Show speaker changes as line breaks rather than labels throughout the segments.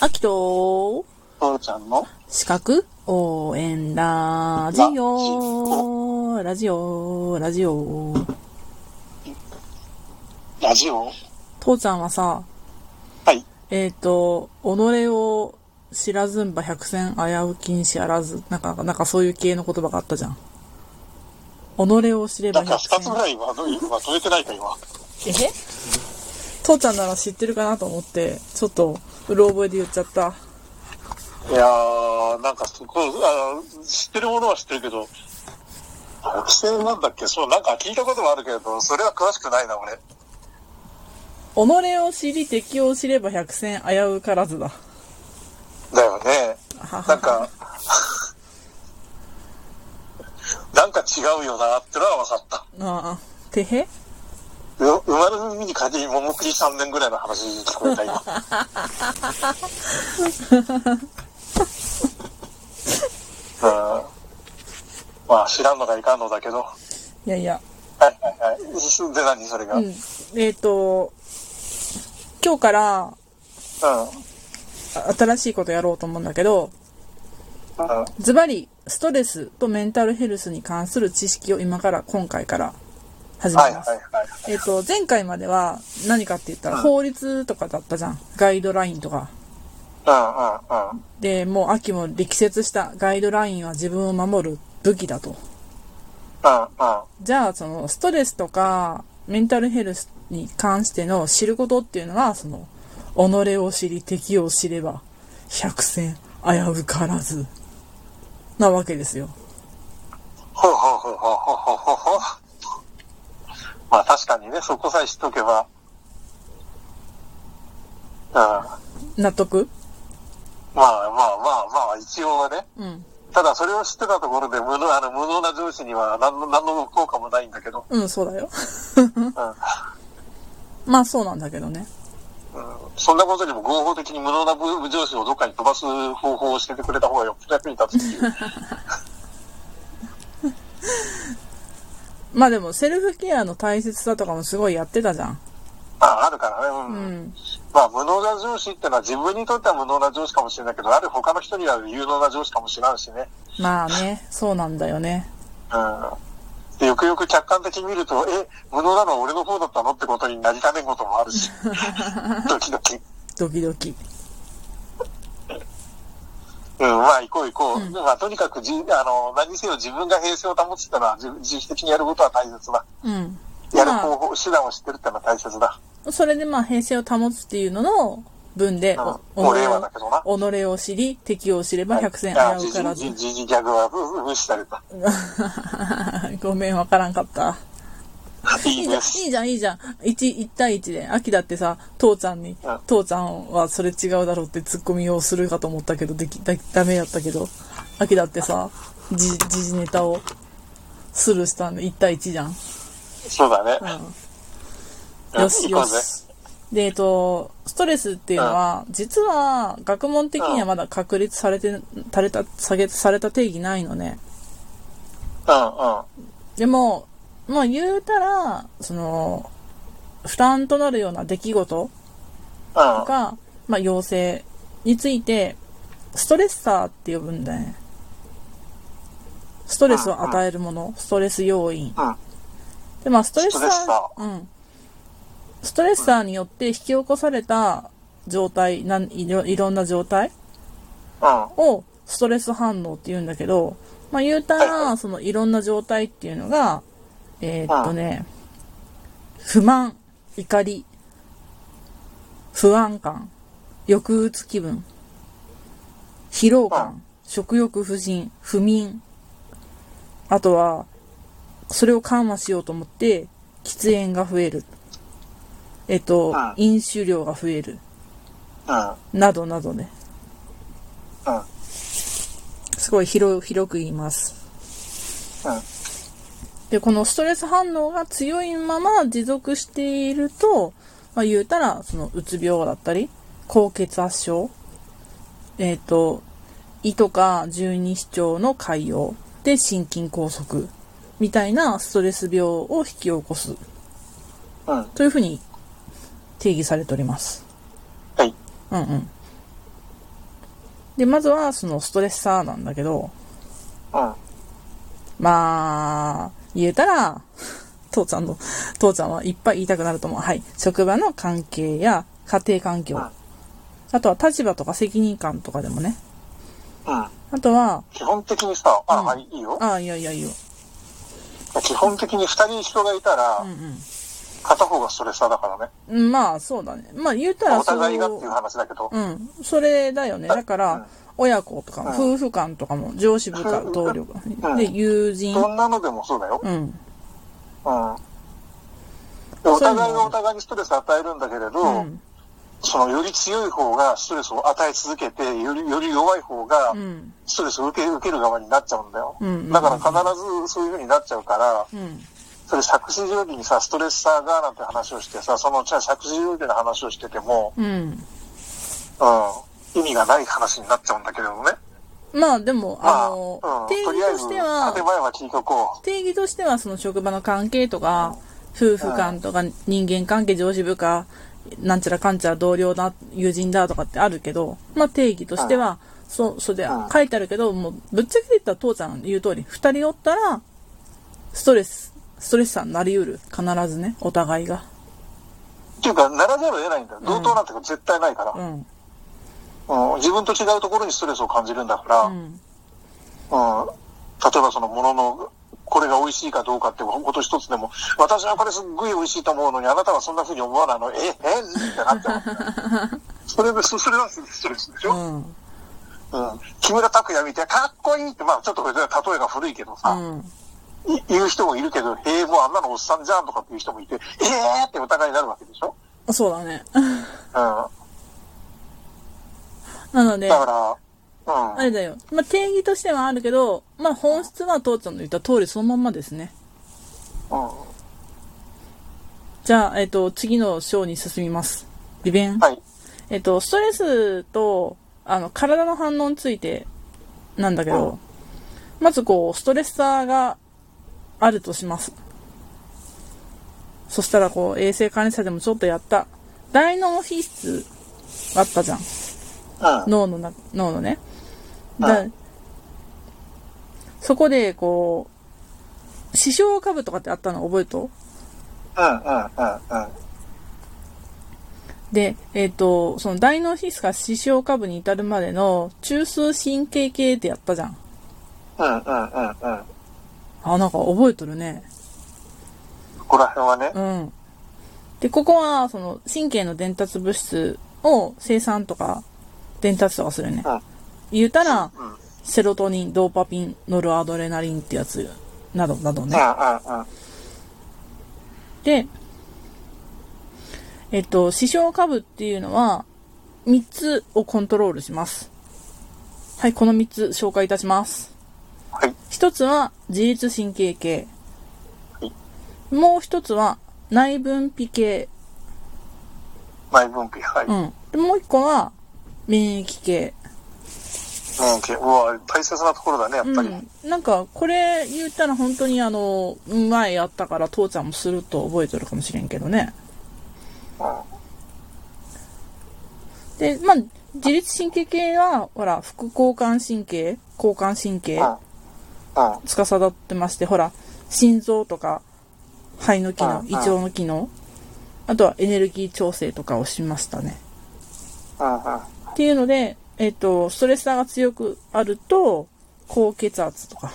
あきと、
父ちゃんの
資格応援ラジオ、ラジオ、ラジオ。
ラジオ
父ちゃんはさ、
はい。
えっ、と、己を知らずんば百戦危うきにしあらず、なんか、なんかそういう系の言葉があったじゃん。己を知れ
な
ば
んか
百
二つ
戦。
ぐらいは、どう いう、まとめてないか、今。
え父ちゃんなら知ってるかなと思って、ちょっと、うろ覚えで言っちゃった。
いやー、なんかすごい、あの知ってるものは知ってるけど、規制なんだっけそう、なんか聞いたことはあるけれど、それは詳しくないな、俺。
己を知り敵を知れば百戦危うからずだ。
だよね。なんか、なんか違うよな、ってのは分かった。
ああ、てへ
う生まれる意味に限り、桃栗3年ぐらいの話に聞こえた、今。うん。まあ、知らんのがいかんのだけど。
いやいや。
はいはいはい。進んで何それが。
う
うんん。。
えっ、と、今日から
う
あ新しいことやろうと思うんだけど、
ん。
ズバリ、ストレスとメンタルヘルスに関する知識を今から、今回から始め
はいはい
ます。
はい。
えっ、と、前回までは何かって言ったら法律とかだったじゃん。ガイドラインとか。
うんうんうん。
で、もう秋も力説したガイドラインは自分を守る武器だと。
うんうん。
じゃあ、その、ストレスとか、メンタルヘルスに関しての知ることっていうのは、その、己を知り、敵を知れば、百戦危うからず、なわけですよ。
ほうほうほうほうほうほうほうほう。まあ確かにね、そこさえ知っとけば。うん。まあ
納得
まあまあまあ、一応はね。
うん。
ただそれを知ってたところで無能あの無能な上司には何の何の効果もないんだけど。
うん、そうだよ。
うん。
まあ、そうなんだけどね。
そんなことにも合法的に無能な部上司をどっかに飛ばす方法を教えてくれた方がよっぽど役に立つって いう。
まあでも、セルフケアの大切さとかもすごいやってたじゃん。
まああるからね。
う
うん
ん。
まあ、無能な上司ってのは自分にとっては無能な上司かもしれないけど、ある他の人には有能な上司かもしれないしね。
まあね、そうなんだよね。
うん。で、よくよく客観的に見ると、え、無能なのは俺の方だったのってことになりかねんことも あるし。ドキドキ。
ドキドキ。
うん、まあ、行こう行こう。まあ、とにかくじ、あの、何せよ自分が平静を保つってのは、自自主的にやることは大切だ。
うん。
やる方法、手段を知ってるってのは大切だ。
それでまあ平静を保つっていうのの文で、
うん
お
もう令和だけどな
己を己を知り、敵を知れば百戦
あ
危
じ
うから
じ
ず。
じじギャグはうん無視された。
ごめん、わからんかった。
い
い
い
いじゃ
で
ん
す、。
いいじゃん、いいじゃん。一、一対一で。秋だってさ、父ちゃんに
うん、
父ちゃんはそれ違うだろうってツッコミをするかと思ったけど、でき、だ、ダメだったけど、秋だってさ、じ、時事ネタをスルーしたんで、一対一じゃん。
そうだね。うん
よし
行こ
よ
うぜ。
し。で、えっと、ストレスっていうのは、実は、学問的にはまだ確立されて、された、下げ、された定義ないのね。
うんうん。
でも、まあ言うたら、その、負担となるような出来事
うん。
が、まあ要請について、ストレッサーって呼ぶんだよね。ストレスを与えるもの、ストレス要因。
うん。
で、まあ、ストレス
ストレッ
サ
サ
ー、うん。ストレッサーによって引き起こされた状態、なんいろいろんな状態
うん。
をストレス反応って言うんだけど、まあ、言うた
はいは
ら、そのいろんな状態っていうのが、えーっとね、不満、怒り、不安感、抑うつ気分、疲労
う
感、食欲不振、不眠、あとは、それを緩和しようと思って、喫煙が増える。えっと
うん、
飲酒量が増える。
うん。
などなどね。
うん。うん。
すごい広広く言います。で、このストレス反応が強いまま持続していると、まあ、言うたら、その、うつ病だったり、高血圧症、えっ、と、胃とか十二指腸の潰瘍で心筋梗塞みたいなストレス病を引き起こす
うん。
というふうに定義されております。
はい。
うんうん。で、まずはそのストレッサーなんだけど、
うん。
まあ、言えたら、 父ちゃんの、父ちゃんはいっぱい言いたくなると思う。はい。職場の関係や家庭環境。あとは立場とか責任感とかでもね。
うん。
あとは、
基本的にさ、あ、
うん
はい、いいよ。
ああ、いやいやいいよ。
基本的に二人人がいたら、
うん
片方がストレスーだからね。
うん。まあ、そうだね。まあ、言うたら
お
そう、
互いがっていう話だけど。
うん。それだよね。だから、
うん
親子とかも、
うん
夫婦間とかも、上司部下、
うん
同僚、
うん
で、友人。
どんなのでもそうだよ。
うん。
うん。でお互いがお互いにストレス与えるんだけれ
う
ど、
ん。
そのより強い方がストレスを与え続けて、よりより弱い方が
うん。
ストレスを受け受ける側になっちゃうんだよ。
うんうん
だから必ずそういう風になっちゃうから、
うん。
それ作詞料理にさ、ストレッサーがなんて話をしてさ、そのじゃあ作詞料理の話をしてても、
うん。
うん、意味がない話になっちゃうんだけれどね。
まあ、でも、あの、
まあ、うん、
定
とりあえ
義として
ず、建
は、
前は聞いとこ
定義としてはその職場の関係とか夫婦間とか人間関係上司部下なんちゃらかんちゃら同僚だ友人だとかってあるけど、まあ、定義としてはそうそれで
うん
書いてあるけどもうぶっちゃけて言ったら父ちゃんの言う通り2人おったらストレスストレッサーになりうる必ずねお互いが
う。っていうか、ならざるを得ないんだよ。同等なんて絶対ないから。
うん
うん、自分と違うところにストレスを感じるんだから、
う
うん、例え
ん
ばそのものの、これが美味しいかどうかってこと一つでも、私はこれすっごい美味しいと思うのに、あなたはそんな風に思わないの、え、え、ってなってそれで、そそれはストレスでし
う
ょ、
ん
うん、木村拓哉見て、かっこいいって、まあちょっとこれ例えが古いけど
う
さ、
ん
い言う人もいるけど、えー、もうあんなのおっさんじゃんとかっていう人もいて、えーってお互いになるわけでしょ
そうだね
うん。
なので
だから、うん。
あれだよ、まあ、定義としてはあるけど、まあ、本質は父ちゃんの言った通りそのまんまですね
うん
じゃあ、えっと、次の章に進みます。リベン。
はい。
えっと、ストレスと、あの、体の反応についてなんだけど、まずこう、ストレッサーがあるとします。そしたらこう、衛生管理者でもちょっとやった。大脳皮質あったじゃん。
うん。
脳のな、脳のね。だ
う
そこで、こう、視床下部とかってあったの覚えと
うん、うん、うん、うん。
で、えっ、と、その大脳皮質が視床下部に至るまでの中枢神経系ってやったじゃん。
うんうんうんうん。
あ、なんか覚えとるね。
ここら辺はね
う。ん。で、ここは、その神経の伝達物質を生産とか伝達とかするよね
うん。
言うたら、
うん。うんうん
セロトニン、ドーパピン、ノルアドレナリンってやつ、などなどね。
うん。
で、えっと、視床下部っていうのは、3つをコントロールします。はい、この3つ紹介いたします。
はい。
一つは自律神経系
はい。
もう一つは内分泌系。
内分泌、はい。
うん。でもう一個は免疫系。
免疫。うわ、大切なところだね、やっぱり。うん。
うん。なんか、これ言ったら本当にあの、前やったから父ちゃんもすると覚えてるかもしれんけどね。で、まあ、自律神経系は、ほら、副交感神経、交感神経、
うん。
司ってまして、ほら、心臓とか、肺の機能
う、ん
胃腸の機能、あとはエネルギー調整とかをしましたね。
うん。うん。
っていうので、えっ、と、ストレッサーが強くあると、高血圧とか、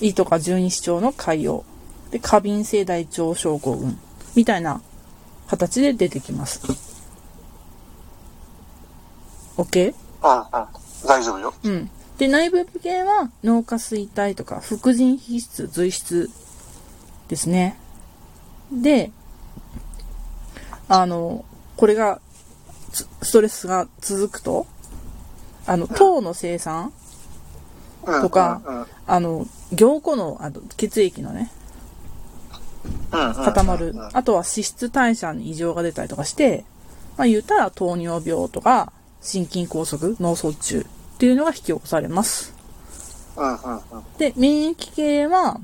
胃とか十二指腸の潰瘍、で、過敏性大腸症候群、みたいな形で出てきます。OK?
うん。うん。大丈夫よ。
うん。で、内部系は脳下垂体とか、副腎皮質、髄質ですね。で、あの、これが、つストレスが続くと、あの、糖の生産、
うん。
とか
うん。うん。
あの、凝固の、あの、血液のね、固まる
うん。うん。
あとは脂質代謝に異常が出たりとかして、まあ言ったら糖尿病とか、心筋梗塞、脳卒中っていうのが引き起こされます。
うん。うん。うん
で、免疫系は、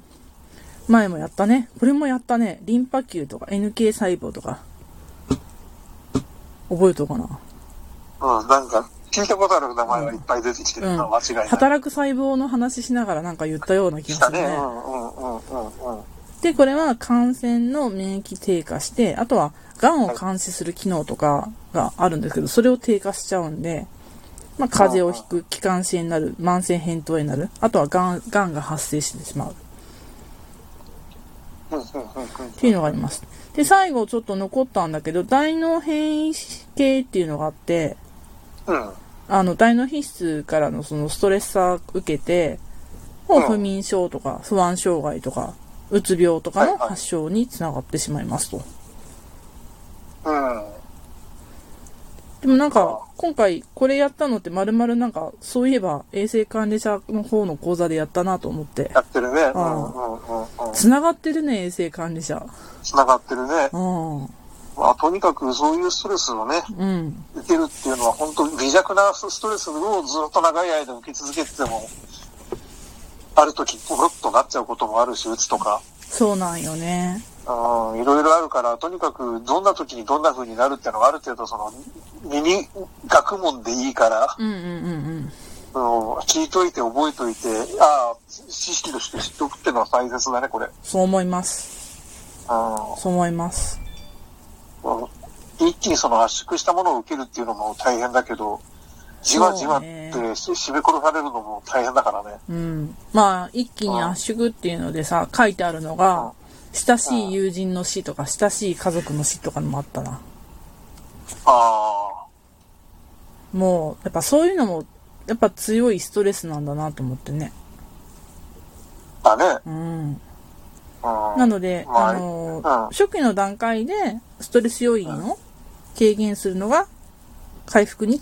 前もやったね。これもやったね。リンパ球とか NK 細胞とか。覚えとこうかな。
うん。なんか、聞いたことある名前はいっぱい出てきてるのは間違いない。
働く細胞の話しながらなんか言ったような気
し
がす
た
る
ね。
ね。
うんうんうんうんうん。
で、これは感染の免疫低下して、あとは、癌を監視する機能とかがあるんですけど、それを低下しちゃうんで、まあ、風邪をひく、気管支炎になる、慢性扁桃炎になる、あとは癌、癌が発生してしまう。
うんうんうんうん
っていうのがあります。で、最後ちょっと残ったんだけど、大脳変異系っていうのがあって、
うん。
あの、大脳皮質からのそのストレッサー受けて、
うん
不眠症とか不安障害とか、うつ病とかの
はいはい
発症につながってしまいますと。
うん。
でもなん
あ
か、今回これやったのってまるまるなんか、そういえば衛生管理者の方の講座でやったなと思って。
やってるね。う
あ
んうんうんうん。
つながってるね、衛生管理者。
繋がってるね。
うん。
まあ、とにかくそういうストレスをね、
うん。
受けるっていうのは本当に微弱なストレスをずっと長い間受け続けてても、ある時ポロッとなっちゃうこともあるし、うつとか。
そうなんよね。
うん、いろいろあるから、とにかくどんな時にどんな風になるってのがある程度その耳学問でいいから、
うんうんうんうん。
うん、聞いといて覚えといて、ああ、知識として知っておくってのは大切だね、これ。
そう思います。
う
そう思います。
ん、一気にその圧縮したものを受けるっていうのも大変だけど、じわじわって
そう
し締め殺されるのも大変だからね。
うん。まあ、一気に圧縮っていうのでさ、書いてあるのが、親しい友人の死とか、親しい家族の死とかのもあったな。
あ
もう、やっぱそういうのも、やっぱ強いストレスなんだなと思ってね。
あ、だね。
うん。
うん、
なので、
まあ
あの
うん
初期の段階で、ストレス要因を軽減するのが、回復に